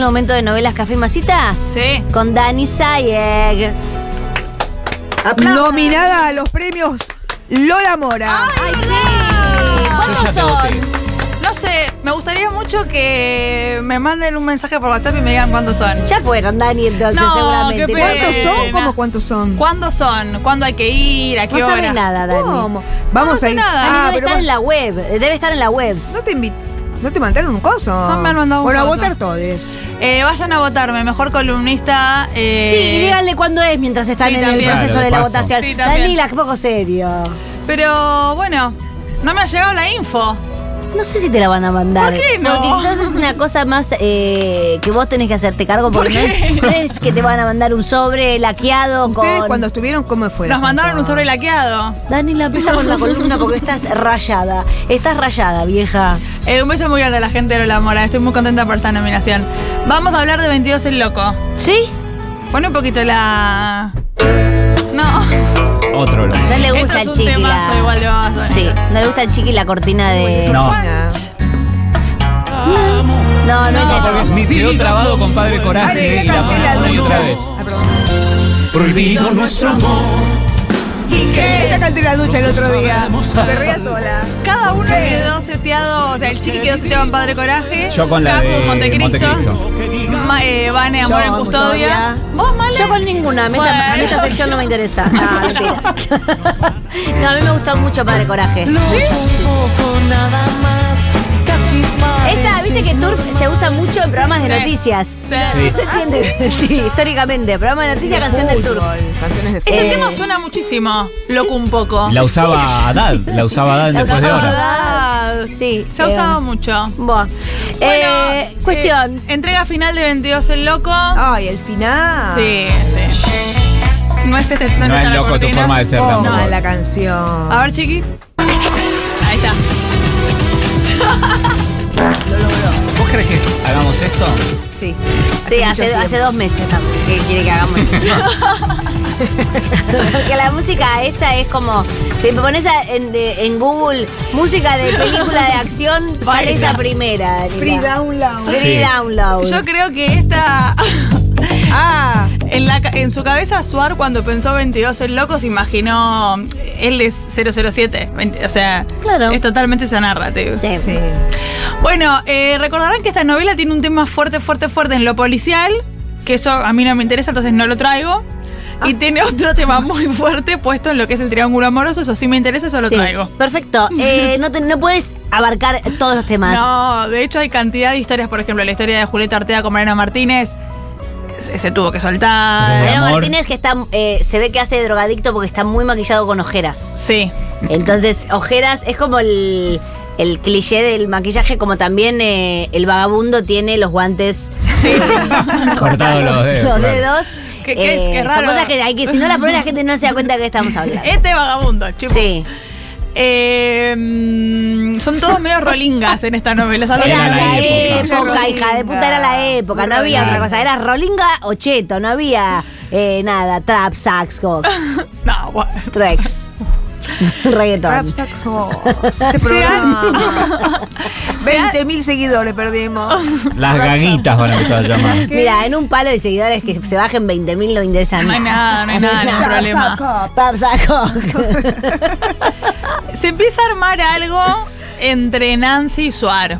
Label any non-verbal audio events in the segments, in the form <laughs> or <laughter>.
momento de novelas Café y Masita? Sí. Con Dani Sayeg. Nominada a los premios Lola Mora. ¡Ay, sí! ¿Cuántos Yo ya te son? voté. No sé, me gustaría mucho que me manden un mensaje por WhatsApp y me digan cuántos son. Ya fueron, Dani, entonces, No, seguramente. qué ¿Cuántos ¿Cuántos pena. son? ¿Cómo cuántos son? ¿Cuándo son? ¿Cuándo hay que ir? ¿A qué No hora? sabe nada, Dani. ¿Cómo? No Vamos sé a ir. nada. Dani Ah, debe pero estar vos- en la web, debe estar en la web. no te invit- ¿No te mandaron un coso? No me han mandado un bueno, coso. a votar todos. Eh, vayan a votarme, mejor columnista. eh, Sí, y díganle cuándo es mientras están Sí, en el también. proceso Claro, de la paso. votación. Sí, también. Dani, la poco serio. Pero bueno, no me ha llegado la info. No sé si te la van a mandar. ¿Por qué no? Porque quizás es una cosa más eh, que vos tenés que hacerte cargo porque ¿Por no es- no es que te van a mandar un sobre laqueado Ustedes con. cuando estuvieron, ¿cómo fueron? Nos mandaron un sobre laqueado. Dani, la pesa con la columna porque estás rayada. Estás rayada, vieja. Eh, un beso muy grande a la gente de Lola Mora. Estoy muy contenta por esta nominación. Vamos a hablar de 22 el loco. ¿Sí? Pone un poquito la. No. Otro loco. No le Esto gusta es el un chiqui temazo, la- igual eh. lo vas a Sí, no le gusta el chiqui la cortina de. No. Nada. no, no, es esto. Quedó trabado con Padre Coraje Ay, eh, y la canté la una y dupla. otra vez. Ah, perdón. Prohibido nuestro amor. Esa canté en la ducha el otro día. Me reía sola. Cada uno quedó seteado, o sea, el chiqui quedó seteado en Padre Coraje. Yo con la Cacu, de Montecristo. Ma- eh, Vane, Amor Yo, en Custodia. Custodia. ¿Vos, Male? Yo con ninguna, me- Bueno. a mí esta sección no me interesa. Ah, <laughs> mentira. no, a mí me gustó mucho Padre Coraje. Esta, viste que Turf se usa mucho en programas de Sí. noticias. Sí. No se entiende, <laughs> sí, históricamente. Programa de noticias, canción del Turf. Canciones de Este Eh, tema suena muchísimo. Loco un poco. La usaba Haddad, la usaba Haddad en La después de usaba hora. Haddad. Sí. Ah. Se ha eh, usado mucho. Bueno, eh, Bueno, cuestión. Ah. eh, entrega final de 22 el loco. Ay, el final. Sí, sí. No es este. No esta es la loco tu cortina. forma de ser Cómo tampoco. la canción. A ver, chiqui. Ahí está. ¿Vos crees que hagamos esto? Sí. Sí, mucho hace, tiempo. hace dos meses también que quiere que hagamos eso. Porque la música esta es como, si me pones a- en, de- en Google música de película de acción, sale esta primera. Daniela. Free download. Free Sí. download. Yo creo que esta. <laughs> Ah, En, la ca- en su cabeza, Suar, cuando pensó 22 el loco, se imaginó. Él es 007. 20 o sea, Claro. es totalmente sanarra, te digo. Sí. sí. Bueno, eh, recordarán que esta novela tiene un tema fuerte, fuerte, fuerte en lo policial, que eso a mí no me interesa, entonces no lo traigo. Ah. Y tiene <laughs> otro tema muy fuerte puesto en lo que es el triángulo amoroso, eso sí me interesa, eso lo Sí. traigo. Perfecto. Eh, no, te- no puedes abarcar todos los temas. No, de hecho hay cantidad de historias, por ejemplo, la historia de Julieta Artea con Mariana Martínez, se, se tuvo que soltar. Ajá. Mariano amor. Martínez que está, eh, se ve que hace de drogadicto porque está muy maquillado con ojeras. Sí. Entonces, ojeras es como el, el cliché del maquillaje, como también eh, el vagabundo tiene los guantes <laughs> Sí. Cortado los dedos. Los claro. dedos. Eh, Que- que es- que es Son raro. cosas que hay que, si no las pone la gente no se da cuenta de qué estamos hablando. este vagabundo, chico. Sí. Eh, mm, son todos medio rolingas en esta novela. ¿sabes? Era Era la la época, época. hija de puta, era la época. No Rolinga. había otra cosa. Era Rolinga o Cheto, no había eh, nada. Trap, sax, cox, No, bueno. <laughs> trex, reggaeton. <laughs> Este <laughs> programa. 20.000 seguidores perdimos. Las gaguitas van a empezar a llamar. Mira, en un palo de seguidores que se bajen 20.000 no interesa No hay <laughs> nada, no hay nada, ningún problema. Trap, sax, <laughs> cox. Se empieza a armar algo entre Nancy y Suar.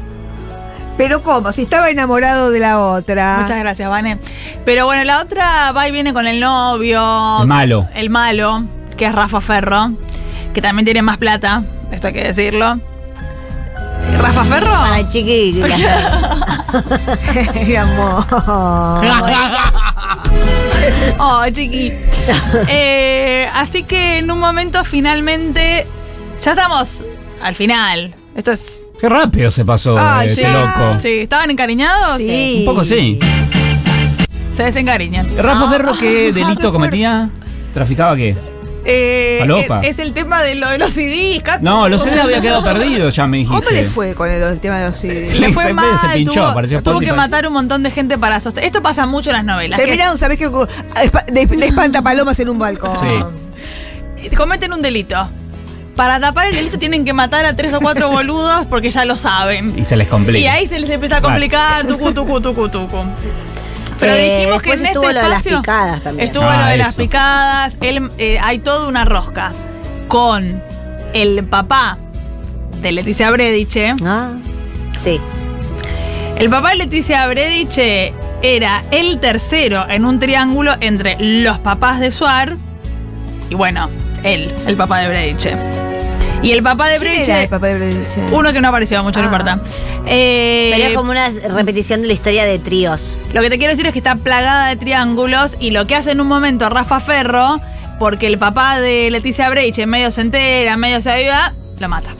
Pero ¿cómo? Si estaba enamorado de la otra. <laughs> Muchas gracias, Vane. Pero bueno, la otra va y viene con el novio. <laughs> El malo. El malo, que es Rafa Ferro, que también tiene más plata, esto hay que decirlo. ¿Rafa Ferro? Para chiqui. la- Mi amor. Oh, <laughs> chiqui. Eh, así que en un momento finalmente. Ya estamos al final. Esto es. Qué rápido se pasó Ay, este sí. loco. Sí, ¿estaban encariñados? Un poco sí. Se desencariñan. Rafa Ferro, ¿qué delito Rafa cometía? ¿Traficaba qué? Eh, Falopa. es, es el tema de lo de los CDs, Cacu. No, los CDs había quedado perdido, ya me dijiste. Eh, ¿Cómo le fue con el, el tema de los CDs? <laughs> Le fue Se- mal, se pinchó, tuvo- pareció tuvo, que Spotify. matar un montón de gente para sostener. Esto pasa mucho en las novelas. que Terminaron, ¿sabés qué? Ah, ocurrió? De, de espantapalomas en un balcón. Sí. es- cometen un delito. para tapar el delito tienen que matar a tres o <laughs> cuatro boludos porque ya lo saben. Y se les complica. Y ahí se les empieza a Claro. complicar, tucu, tucu, tucu, tucu. Pero Eh, dijimos que después en estuvo este lo de las espacio picadas también. estuvo Ah, lo de las eso. picadas, él, eh, hay toda una rosca con el papá de Leticia Brediche. Ah, sí. El papá de Leticia Brediche era el tercero en un triángulo entre los papás de Suar y bueno, él, el papá de Brediche. Y el papá de ¿Quién era Brediche, el papá de Breche? uno que no apareció mucho, no Ah. importa. Eh, Pero es como una repetición de la historia de tríos. Lo que te quiero decir es que está plagada de triángulos y lo que hace en un momento Rafa Ferro, porque el papá de Leticia Breich en medio se entera, en medio se ayuda, lo mata.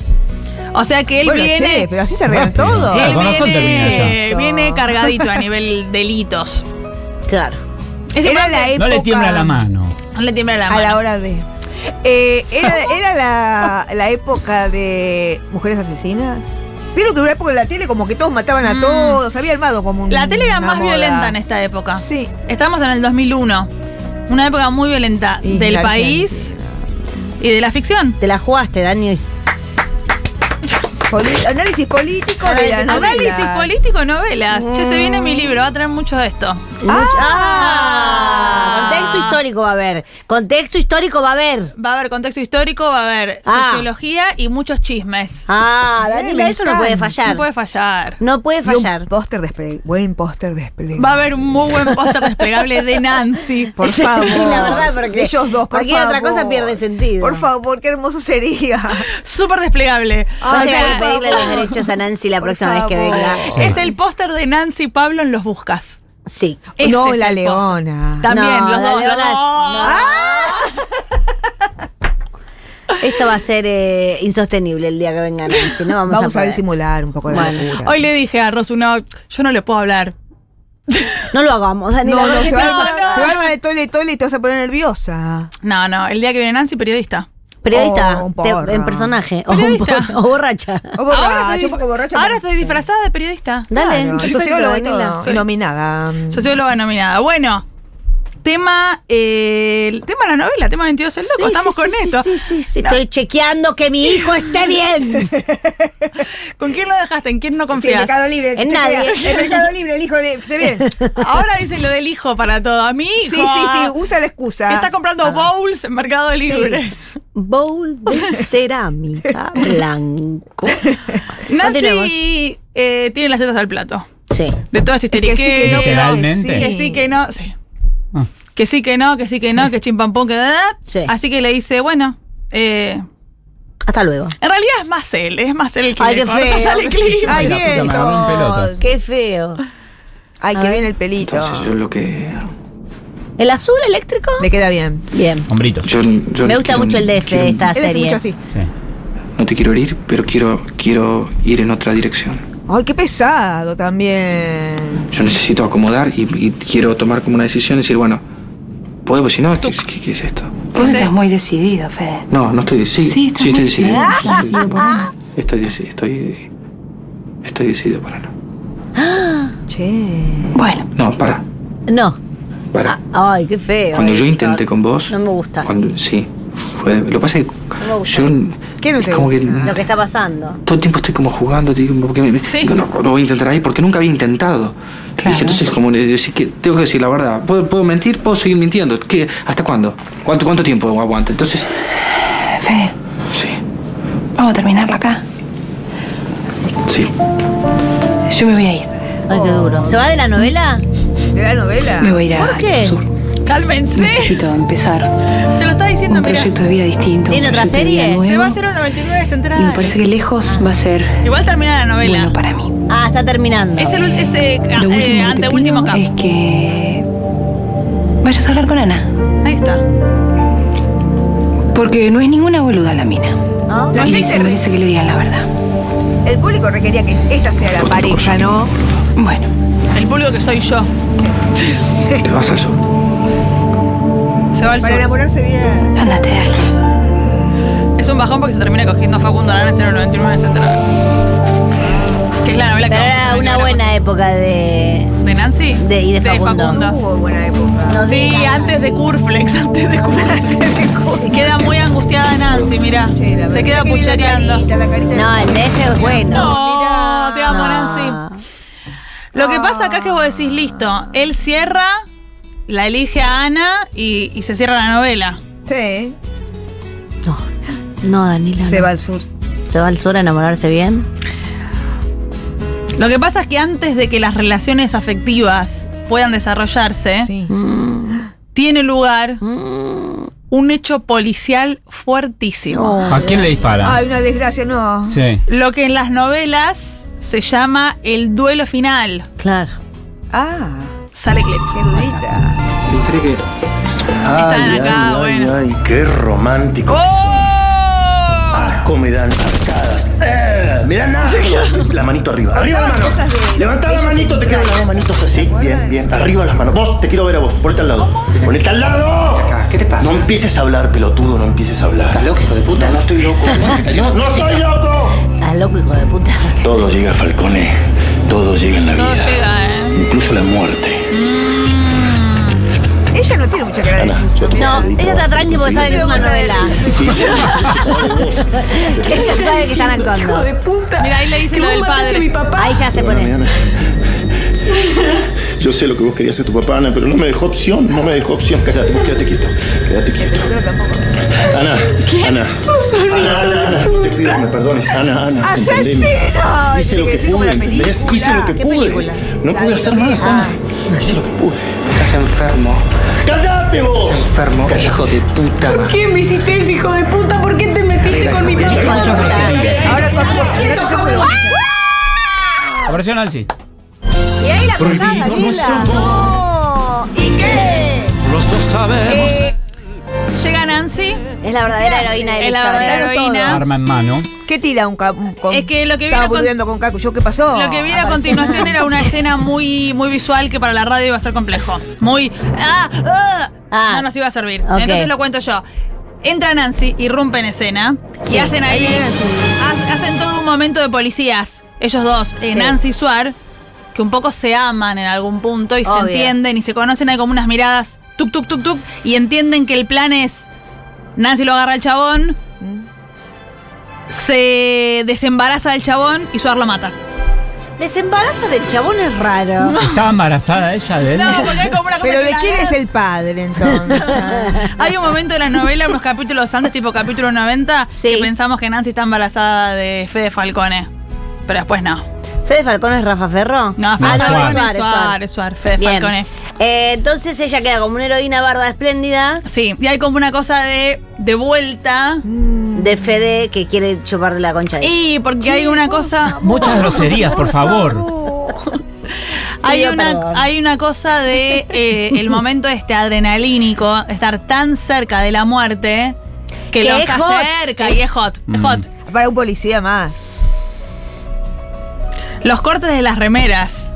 O sea que él Bueno, viene, che, pero así se arreglan Rápido. todo. Claro, él con razón viene, termina ya. viene cargadito a nivel delitos. Claro. Ese <laughs> Era man la época. No le tiembla la mano. No le tiembla la A la mano. hora de. Eh, <laughs> era era la, la época de mujeres asesinas. Vieron que hubo una época en la tele como que todos mataban a Mm. todos. Había armado como un. La tele era una más moda. violenta en esta época. Sí. Estamos en el 2001. Una época muy violenta Y del la país y de la ficción. Te la jugaste, Dani. Ah. Poli- análisis político de la novela. Análisis político, novelas. Che, se viene Mm. mi libro, va a traer mucho de esto. Mucho- Ah. Ah, Contexto histórico va a haber. Contexto histórico va a haber. Va a haber contexto histórico, va a haber Ah. sociología y muchos chismes. Ah, Bien, Daniela, me eso no puede encanta. fallar. No puede fallar. No puede Y un fallar. Póster desple- Buen póster desplegado. Va a haber un muy buen póster desplegable de Nancy. Por favor. Sí, la verdad, porque Ellos dos, por cualquier otra favor. cosa pierde sentido. Por favor, qué hermoso sería. <laughs> Súper desplegable. Vamos O a sea, pedirle los derechos a Nancy la Ah, Por próxima vez que favor. venga. es el póster de Nancy Pablo en Los Buscas. Sí. Ese no, es la el leona. póster. También, No, los la dos. los Leona- dos. <laughs> Esto va a ser eh, insostenible el día que venga Nancy, ¿no? Vamos, Vamos a, poder. disimular un poco la Bueno, locura. Hoy le dije a Rosu, no, yo no le puedo hablar. No lo hagamos, Daniela. no, no, se va, no, se va a armar de tole tole y te vas a poner nerviosa. No, no, el día que viene Nancy, periodista. Periodista, Oh, un te- porro. en personaje, o, un Periodista. porro, <laughs> o borracha. O borracha, estoy un poco dif- borracha, ahora pero- estoy disfrazada de periodista. Dale. Claro, Sí, socióloga y pero Daniela, todo, soy- y nominada. Socióloga nominada. Bueno, tema, eh, el tema de la novela, tema 22 el loco, Sí, estamos sí, con sí, esto. Sí, sí, sí. Estoy chequeando que mi hijo esté bien. ¿Con quién lo dejaste? ¿En quién no Sí, el confías? mercado libre. En chequea, nadie. El mercado libre, el hijo le- se <laughs> ve. Sí, Ahora dicen lo del hijo para todo. A mi hijo. ah, sí, sí, usa Ah. la excusa. Está comprando bowls en Mercado <laughs> Libre. Bowl de cerámica blanco. Continuemos. Nancy eh, tiene las tetas al plato. Sí. De todo este Que sí, que no, histeriqueo. que no, Literalmente. sí. Que sí, que no. Sí. Ah. Que sí, que no, que sí, que no, que chimpampón, que da. Sí. Así que le dice, bueno, eh, Hasta luego. en realidad es más él, es más él el que Ay, le qué corta, feo. sale el clip. Ay, Ay, la puta, bien. me agarró en pelotas. Qué feo. Ay, A que ver. bien el pelito. Entonces yo lo que... ¿El azul eléctrico? Le queda bien. Bien. Hombrito. Yo, yo Me no gusta quiero- mucho el DF quiero- de esta Él hace serie. mucho así. Sí. No te quiero herir, pero quiero, quiero ir en otra dirección. Ay, qué pesado también. Yo necesito acomodar y, y quiero tomar como una decisión y decir, bueno, ¿puedo? Si no, ¿qué, qué- qué es esto? Vos estás muy decidido, Fede. No, no estoy decidido. Sí, estás estoy muy decidido. Estoy decidida. decidido. Estoy decidido. Estoy, estoy decidido <gasps> para no. Che. Bueno, No, para. No. Para. Ah, Ay, qué feo. Cuando yo Ay, intenté Víctor. con vos. No me gusta. cuando- sí. Fue, lo que pasa es que me gusta. yo. ¿Qué no es te como que Lo que está pasando. todo el tiempo estoy como jugando, te digo, porque me, me- Sí. digo, no, lo voy a intentar ahí porque nunca había intentado. Claro. Dije, entonces, como le- decir que tengo que decir la verdad, ¿puedo, puedo mentir? ¿Puedo seguir mintiendo? ¿Qué? ¿Hasta cuándo? ¿Cuánto, cuánto tiempo aguanta? Entonces, Fede, sí, vamos a terminarla acá. sí. Yo me voy a ir. Ay, qué duro. ¿Se va de la novela? De la novela. Me voy a ir a ¿Por qué? al sur. Cálmense. Necesito empezar Te lo está diciendo, un mira. proyecto de vida distinto. ¿Tiene un otra proyecto de serie? vida nuevo, Se va a 0.99 centrada. Y me parece que lejos va a ser Igual termina la novela. bueno para mí. Ah, está terminando. es el ul- ese, ah, Lo último eh, que te anteúltimo pido acá. es que vayas a hablar con Ana. Ahí está. Porque no es ninguna boluda la mina. ¿No? Y se merece que le digan la verdad. El público requería que esta sea la pareja, ¿no? Bueno, El público que soy yo. Te vas al sur. Se va al Para sur. enamorarse bien. andate de aquí. Es un bajón porque se termina cogiendo a Facundo Arana en 0.99 centrada. Que es la novela que Pero vamos a era tener que una ver. buena época de. ¿De Nancy? De- y de Facundo. No hubo buena época. No Sí, digas. antes de Curflex, <laughs> antes de Curflex. queda muy angustiada Nancy, mirá. Che, la Se verdad queda que vi la puchareando. carita, la carita de- No, el DF es bueno. No, te amo, No. Nancy. Lo que pasa acá es que vos decís, listo, él cierra, la elige a Ana y, y se cierra la novela. Sí, No, no, Danila. se no. va al sur. ¿Se va al sur a enamorarse bien? Lo que pasa es que antes de que las relaciones afectivas puedan desarrollarse, Sí. Mm, tiene lugar mm. un hecho policial fuertísimo. ¿A quién le dispara? Ay, una desgracia, no. Sí. Lo que en las novelas se llama el duelo final. Claro. Ah, Sale clip. qué durita. Me gustaría que. Están acá, bueno. ay, qué romántico. ¡Oh! Asco me dan arcadas. Eh, mirá nada. La manito arriba. Arriba la mano. Cosas de- Levantá la ellos manito, se te quiero las dos manitos así. Bien, bien. Arriba las manos. Vos, te quiero ver a vos. Ponete al lado. Ponete al lado. Acá, ¿Qué te pasa? No empieces a hablar, pelotudo, no empieces a ¿Estás hablar. loco, hijo de puta? No estoy loco. No, no soy loco. Estás Ah, loco, hijo de puta. Todo llega, Falcone. Todo llega en la Todo vida. llega, ¿eh? Incluso la muerte. Ella no tiene mucha cara de Ana, yo susto. te- mira. No, ella está tranqui porque sabe que es una novela. <laughs> Ella sabe que están actuando. Mira, ahí le dice lo del padre. Ahí ya se Perdóname, pone. Ana. Yo sé lo que vos querías ser tu papá, Ana, pero no me dejó opción, no me dejó opción. Cállate, vos quédate quieto, quédate quieto. Ana, Ana, Ana, Ana, Ana, te pido que me perdones, Ana, Ana. ¡Asesino! entendeme. Hice Tiene lo que que decir como pude, la ¿entendés? película. Hice lo que ¿Qué pude. película? No pude hacer más, Ana. Hice lo que pude. Estás enfermo. ¡Cállate vos! Estás enfermo, hijo de puta. me hiciste eso, hijo de puta? ¿Por qué te metiste con mi papá? Ahora con no se puede. Apareció Nancy. Y ahí la Prohibido nuestro amor. No. ¿Y qué? Los dos sabemos. Eh, llega Nancy, Es la verdadera heroína de es la historia. verdadera heroína. Arma en mano. ¿Qué tira un cacu? Es que lo que viene Estaba con- boludeando con Cacu. ¿Yo qué pasó? Lo que viene a continuación era una escena muy, muy visual que para la radio iba a ser complejo. Muy. ¡Ah! ¡Ah! Ah. No nos iba a servir. Ok. Entonces lo cuento yo. Entra Nancy, irrumpe en escena y hacen ahí. ha- Hacen todo un momento de policías. Ellos dos, eh, Sí. Nancy y Suar, que un poco se aman en algún punto y se Obvio. entienden y se conocen. Hay como unas miradas tuk, tuk, tuk, tuk. Y entienden que el plan es. Nancy lo agarra al chabón. Mm. Se desembaraza del chabón y Suar lo mata. Desembarazo del chabón es raro. ¿Estaba embarazada ella de él? No, porque hay como una cosa Pero que ¿de la quién es agarra. el padre <laughs> entonces? Ah, Hay un momento de la novela, unos capítulos antes, tipo capítulo 90, Sí. que pensamos que Nancy está embarazada de Fede Falcone. Pero después no. ¿Fede Falcón es Rafa Ferro? No, No, Fede Falcone, Suárez, Suárez, Suárez, Fede Bien. Falcone. Eh, entonces ella queda como una heroína barda espléndida Sí, y hay como una cosa de, de vuelta. de Fede que quiere chuparle la concha. a ella. Y porque hay una cosa. Muchas groserías, por favor. Hay Pido una, perdón. hay una cosa de eh, el momento este adrenalínico, estar tan cerca de la muerte que, Que los es hot. acerca y es hot. es Mm. hot. Para un policía más. Los cortes de las remeras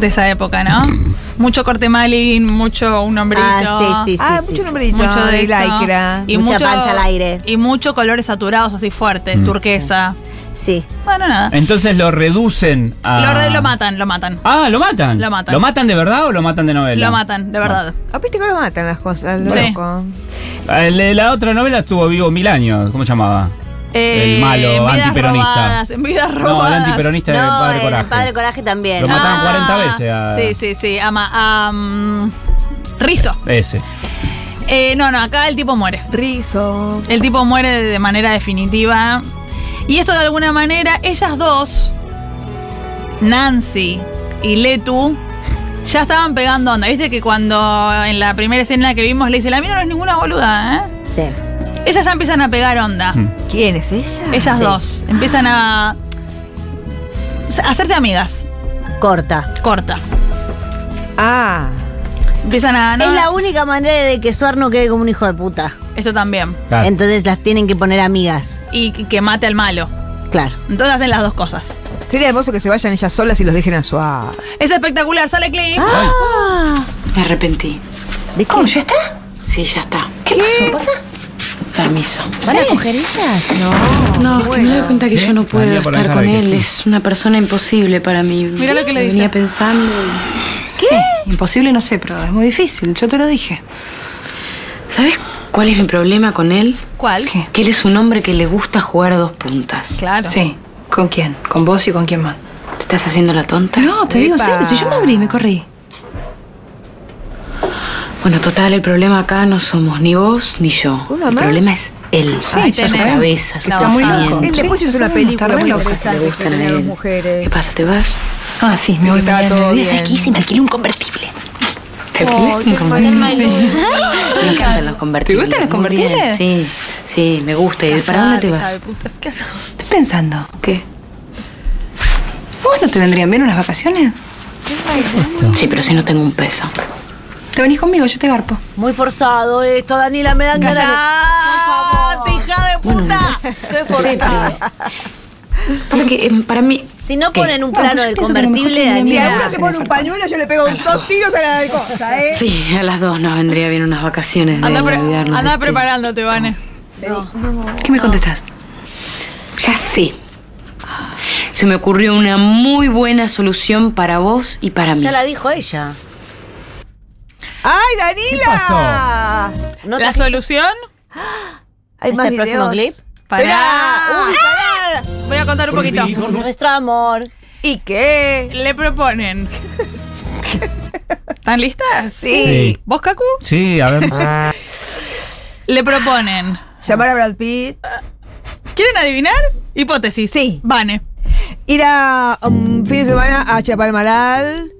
de esa época, ¿no? <clears throat> mucho corte malín, mucho un hombrito. Ah, sí, sí, sí. ah, sí, mucho sí, nombrito Mucho de de eso. lycra. Mucha panza al aire. Y muchos colores saturados así fuertes, Mm. turquesa. sí. Bueno, nada. Entonces lo reducen a. Lo, re- lo matan, lo matan. Ah, lo matan. Lo matan. ¿Lo matan de verdad o lo matan de novela? Lo matan, de verdad. Ah, viste que lo matan las cosas, lo Sí. loco. Eh, El de la otra novela estuvo vivo mil años. ¿Cómo se llamaba? Eh, el malo vidas antiperonista. robadas, en vidas No, el robadas. antiperonista era el No, padre el Coraje. padre coraje también. Lo mataron Ah, 40 veces a- Sí, sí, sí. Ama. a, mm, Rizo. Ese. Eh, no, no, acá el tipo muere. Rizo. El tipo muere de de manera definitiva. Y esto de alguna manera, ellas dos, Nancy y Letu, ya estaban pegando onda. Viste que cuando en la primera escena que vimos le dice, la mía no es ninguna boluda, ¿eh? Ah. Sí. Ellas ya empiezan a pegar onda. Mm. ¿Quién es ella? Ellas Sí. dos. Empiezan a a hacerse amigas. Corta. Corta. Ah, Empiezan a... no, Es la única manera de que Suar no quede como un hijo de puta. Esto también. Claro. Entonces las tienen que poner amigas. Y que que mate al malo. Claro. Entonces hacen las dos cosas. sería hermoso que se vayan ellas solas y los dejen a su ah. Es espectacular. Sale clip. Me arrepentí. ¿De qué? ¿Cómo? ¿Ya está? Sí, ya está. ¿Qué, pasó? ¿Pasa? Permiso. ¿Van a coger ellas? No. No, es que me doy cuenta que ¿Sí? yo no puedo Venía por estar acá con de que él. sí. Es una persona imposible para mí. Mirá lo que le Venía dice. pensando Sí, imposible no sé, pero es muy difícil. Yo te lo dije. ¿Sabes cuál es mi problema con él? ¿Cuál? Que él es un hombre que le gusta jugar a dos puntas. Claro. Sí. ¿Con quién? ¿Con vos y con quién más? ¿Te estás haciendo la tonta? No, te digo en serio. Si yo me abrí, me corrí. Bueno, total, el problema acá no somos ni vos ni yo. Una el más. problema es él. Sí, Ay, ya su sabemos. cabeza, su Está muy pensamiento. loco. Él después Sí, hizo una sí, película está re muy loco. interesante que tenía dos mujeres. ¿Qué pasa? ¿Te vas? Ah, sí, me Y voy estaba mañana. todo Me voy a hacer bien. que hice y me alquilé un convertible. ¿Te Oh, pilé? qué maravilla. Me encantan los convertibles. ¿Te gustan los Muy bien, convertibles? Sí, sí, me gusta. ¿Y para dónde te Cállate, vas? Ah, sabe, puta. ¿Qué haces? Estoy pensando. ¿Qué? ¿Vos no te vendrían bien unas vacaciones? Sí, pero si no tengo un peso. Te venís conmigo, yo te garpo. Muy forzado esto, Daniela, me dan ganas. ¡Cállate, Ah, hija de puta! Estoy forzado. Pasa que eh, para mí. Si no ¿Qué? ponen un Bueno, plano yo del pienso que a lo mejor convertible, tiene Si miedo. Daniela. alguno se pone un pañuelo, yo le pego dos tiros a la cosa, ¿eh? Sí, a las dos nos vendría bien unas vacaciones. De Anda, pre- olvidarnos de anda este- preparándote, Vane. ¿Qué me contestás? Ya sé. Se me ocurrió una muy buena solución para vos y para mí. Ya la dijo ella. ¡Ay, Danila! No ¿La te- solución? Hay ¿Es más el próximo videos. clip? Pará. Uy, pará. Voy a contar un poquito. Eh, Nuestro amor. ¿Y qué? Le proponen. ¿Están listas? Sí. Sí. ¿Vos, Kaku? Sí, a ver. <laughs> Le proponen. Llamar a Brad Pitt. ¿Quieren adivinar? Hipótesis. Sí. Vane. Ir a un fin de semana a Chapalmalal.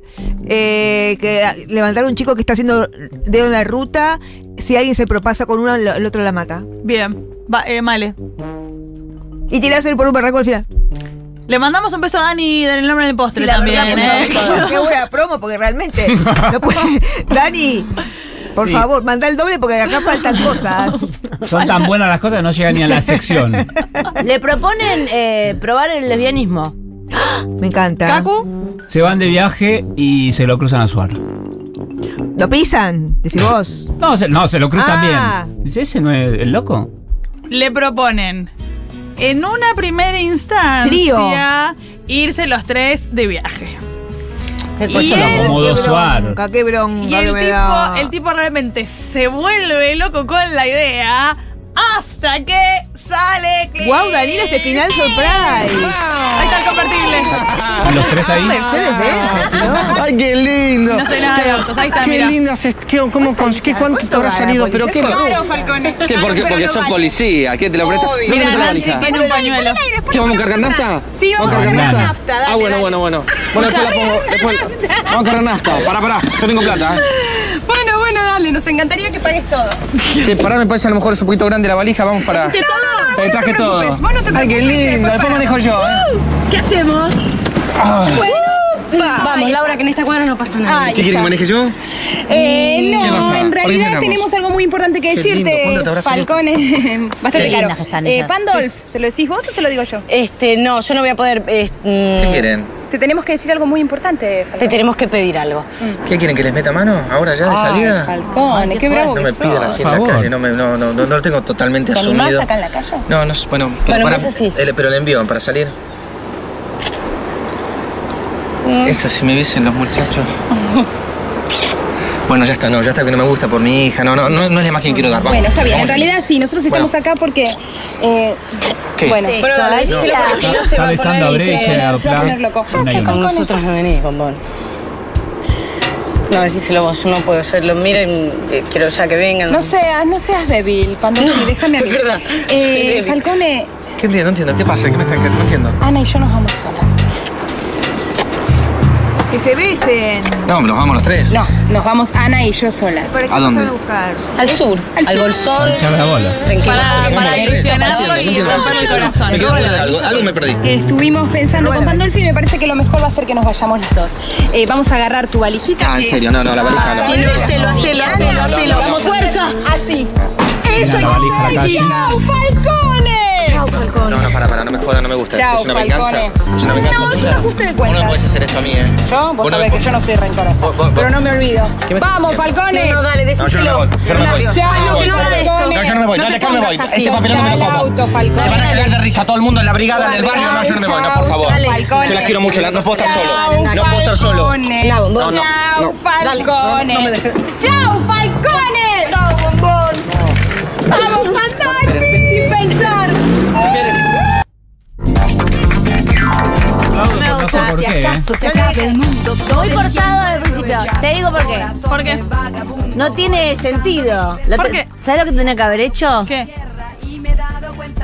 eh, que a- levantar a un chico que está haciendo dedo en la ruta. Si alguien se propasa con uno, lo- el otro la mata. Bien. Va, eh, Male. Y tirarse por un barranco al final. Le mandamos un beso a Dani en el nombre del postre también, ¿eh? Qué buena promo, porque realmente. no puede- Dani, por Sí. favor, manda el doble porque acá faltan cosas. Son tan buenas las cosas que no llegan ni a la sección. Le proponen eh, probar el lesbianismo. Me encanta. Kaku, Se van de viaje y se lo cruzan a Suar. ¿Lo pisan? Decís vos. No, se, no, se lo cruzan Ah. bien. Dice, ¿ese no es el loco? le proponen en una primera instancia Trío. irse los tres de viaje. Qué Y cosa él- lo el- loca. acomodó qué Suar. bronca, qué bronca Y que el me tipo, da. el tipo realmente se vuelve loco con la idea hasta que sale. clic. Guau, Danila, este final surprise. Ahí está el convertible. A los tres ahí. Mercedes Benz, ¿no? Ay, qué lindo. No sé nada de autos, ahí está, Qué mira. lindas, es- qué, cómo, cons- qué, cuánto habrá salido, pero qué Claro, Falcone. Ah, ¿Qué? Porque, porque sos policía, ¿qué te lo prestas? ¿Dónde Mira, te lo Nancy manejas? tiene un pañuelo. ¿Qué vamos a cargar nafta? Sí, vamos a cargar nafta, Ah, bueno, bueno, bueno. Bueno, después la pongo. Después, vamos a cargar nafta. Pará, pará, yo tengo plata. ¿eh? Bueno, bueno, dale, nos encantaría que pagues todo. Che, pará, me parece a lo mejor es un poquito grande la valija, vamos para. ¿Qué todo? Te traje todo. Ay, qué lindo, después manejo yo, ¿eh? Uh, ¿Qué hacemos? Vamos, Laura, que en esta cuadra no pasa nada. ¿Qué quiere que maneje yo? ¿Qué Eh, no, pasa? en ¿Por qué realidad frenamos? tenemos algo muy importante que Qué lindo, decirte, ¿cuándo te habrá salido? eh, Falcone. Bastante Qué caro. lindas que están Eh, ellas. Pandolf, ¿se lo decís vos o se lo digo yo? Este, no, yo no voy a poder. este, ¿Qué mm, quieren? Te tenemos que decir algo muy importante, Falcone. te tenemos que pedir algo. ¿Qué quieren que les meta mano? ¿Ahora ya de Ay, salida? Falcone, qué, bravo No que me sos. pidan así en la Por favor. calle, no, me, no, no, no, no lo tengo totalmente ¿Te asumido. animás acá en la calle? No, no, es- bueno, Bueno, para- eso sí. el- pero el envío para salir. Esto si me dicen los muchachos. Bueno, ya está, no, ya está que no me gusta por mi hija, no, no, no, no es la imagen que quiero dar. vamos, Bueno, está bien. En vamos. realidad sí, nosotros estamos Bueno. acá porque. eh, ¿Qué? Bueno, Sí, pero todavía decíselo porque si no se va Está a poner besando a ahí, se- Breche, a se va a poner loco. Plan. Una y Con una. nosotros no venís, bombón. No, decíselo vos, yo no puedo. Yo lo miro y eh, quiero ya que vengan. No seas, no seas débil, Pandolfi, déjame a mí. es verdad, soy Eh, débil. Falcone, ¿Qué entiendo? No entiendo, ¿qué pasa? ¿Qué me están No entiendo. Ana y yo nos vamos solas. Que se besen. No, los vamos los tres. No, nos vamos Ana y yo solas. ¿Para qué ¿A nos dónde? van a buscar? Al sur, al, bolsón. Echar la bola. Para, para ilusionarlo No y entiendo, no romper el entiendo. corazón. Me quedo con algo, algo me perdí. Estuvimos pensando con Pandolfi y me parece que lo mejor va a ser que nos vayamos las dos. Eh, vamos a agarrar tu valijita. Ah, en que- serio, no, no, la valija no. Bien, hacelo, hacelo, hacelo, hacelo. Vamos, fuerza. Así. Mira la valija, la calle. ¡Chao, Falcone! Chau, Falcón. No, no, para, para, no me jodas, no me gusta. Chau, es una Falcone. venganza. Es una venganza. No, es un ajuste de Vos no cuentas. me podés hacer esto a mí, ¿eh? Yo, vos Vos no sabés me- que yo no soy rencorosa. Vos- vos- pero vos- no me olvido. ¿Qué me estás ¡Vamos, diciendo? Falcone! No, dale, No, yo no me decíselo. voy. Yo no me voy. Chao, No, yo no no hagas esto. me voy. No, yo no me voy. No te Dale, acá me voy. pongas así. Ese papelón no me lo Dale como. auto, Falcone. Se van a cagar de risa todo el mundo en la brigada, en el barrio. No, yo no me voy. No, por favor. Dale. Yo las quiero mucho. la- No puedo estar solo. No puedo estar solo. No, no. no, Chau, Falcone. No me dejes. Chau, Falcone. Chau, bombón. Vamos, Falcone, sin pensar. Aplaudo, No me pero no sé gusta, por si qué. ¿eh? acaso se acabe el mundo. Muy cortado al principio. Te digo por qué. ¿Por qué? No tiene sentido. Lo ¿Por te- qué? ¿Sabes lo que tenía que haber hecho? ¿Qué?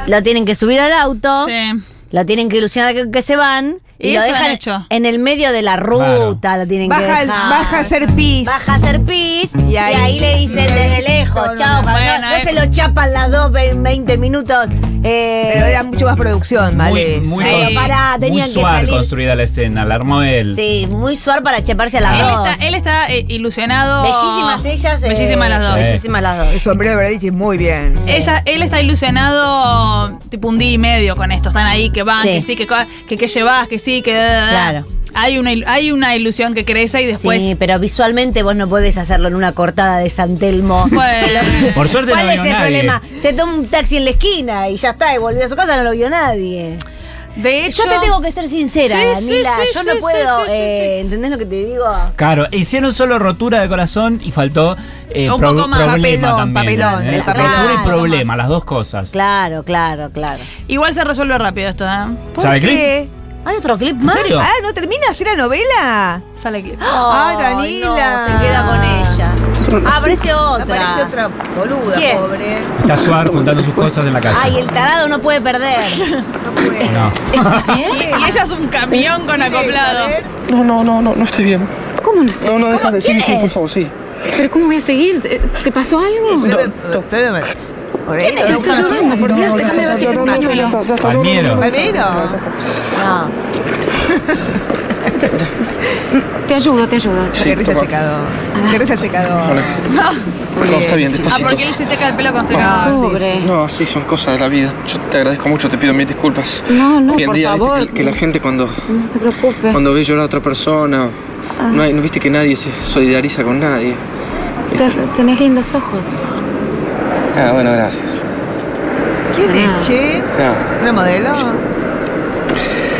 Lo tienen que subir al auto. Sí. Lo tienen que ilusionar que, que se van. Y, Y lo eso han dejan hecho. en el medio de la ruta. Lo tienen que Baja, el- dejar. baja a ser pis. Baja a hacer pis y ahí, ahí- le dicen desde lejos, chao, no, para- bueno, no eh. se lo chapan las dos ve- 20 minutos. Eh, Pero era mucho más producción, ¿vale? Muy, muy, Sí. cons- Pero pará, muy tenían que suave salir. construida la escena, la armó él. sí, muy suave para chaparse a las Él dos. está, él está, eh, ilusionado. Bellísimas ellas. eh, Bellísimas las dos. Bellísimas las dos. El sombrero de Bradichi, muy bien. Ella, él está ilusionado tipo un día y medio con esto. Están ahí, que van, Sí. que sí, que, co- que, que llevas, que sí, que. Claro. Hay una, il- hay una ilusión que crece y después. sí, pero visualmente vos no podés hacerlo en una cortada de San Telmo. Bueno. Por suerte ¿Cuál no es vino el nadie. problema? Se toma un taxi en la esquina y ya está, y volvió a su casa, no lo vio nadie. de hecho. Eh, Yo te tengo que ser sincera, Sí, sí, Daniela. sí, Yo sí, no sí, puedo. sí, sí, eh, ¿Entendés lo que te digo? Claro, hicieron solo rotura de corazón y faltó eh, Un pro- poco más. problema Papelón, también, papelón, ¿eh? el papelón. Rotura y Claro, problema, más. las dos cosas. Claro, claro, claro. Igual se resuelve rápido esto, ¿eh? ¿Sabe ¿Por clip? qué? ¿Hay otro clip más? serio? Ah, ¿no termina así la novela? Sale aquí. ¡Ah! ¡Oh! Ay, Ay, no, Danila. se queda con ella. Ah, aparece otra. Aparece otra boluda, ¿Quién? pobre. Está Suar juntando sus cosas en la casa. Ay, el tarado no puede <laughs> perder. No puede. No. ¿Eh? Y ella es un camión con acoplado. No, no, no, no, no estoy bien. ¿Cómo no estás? No, no, dejas de. Sí, sí, ¿Quién por es? favor, sí. ¿Pero cómo voy a seguir? ¿Te, te pasó Eh, algo? No, no. Espérame. Por ahí, Pero estoy llorando, por Dios, No, ya déjame está, ver si ya te está, ya pañuelo. está, ya está, no, no, Palmiero. no, no, no, Palmiero. no, ya está. No. Te ayudo, te ayudo. Qué risa el toma. secador. Qué risa el secador. No, está bien, Ah, despacito. porque él se seca el pelo con secador. Pobre. No, sí, son cosas de la vida. Yo te agradezco mucho, te pido mil disculpas. No, no, Hoy en por día, viste, favor. que, que la gente cuando, No se preocupe. cuando ve llorar a otra persona, no, hay- no viste que nadie se solidariza con nadie. Ten- Tenés lindos ojos. Ah, bueno, gracias. ¿Quién es, che? Ah, ¿Una modelo?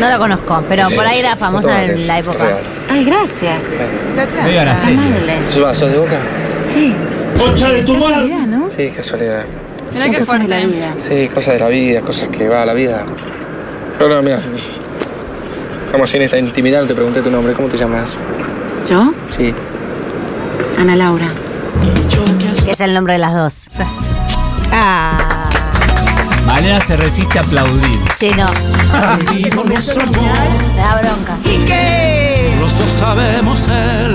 No la conozco, pero por ahí era famosa en la época. Ay, gracias. Está atrás. Medio Araceli. Amable. ¿Sos sos de boca? Sí. ¡Concha de tu madre! Mira, ¿no? Sí, casualidad. Mirá Son qué cosas de la fuerte. vida. Sí, cosas de la vida, cosas que va a la vida. No, no, mira. Estamos en esta intimidad, no te pregunté tu nombre, ¿cómo te llamas? ¿Yo? Sí. Ana Laura. Que es el nombre de las dos. Ah. Malena se resiste a aplaudir. Sí, no. Me da bronca. ¿Y qué?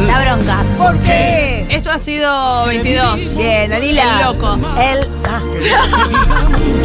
La bronca. ¿Por qué? Esto ha sido 22. Bien, Danila. El loco. El. ah.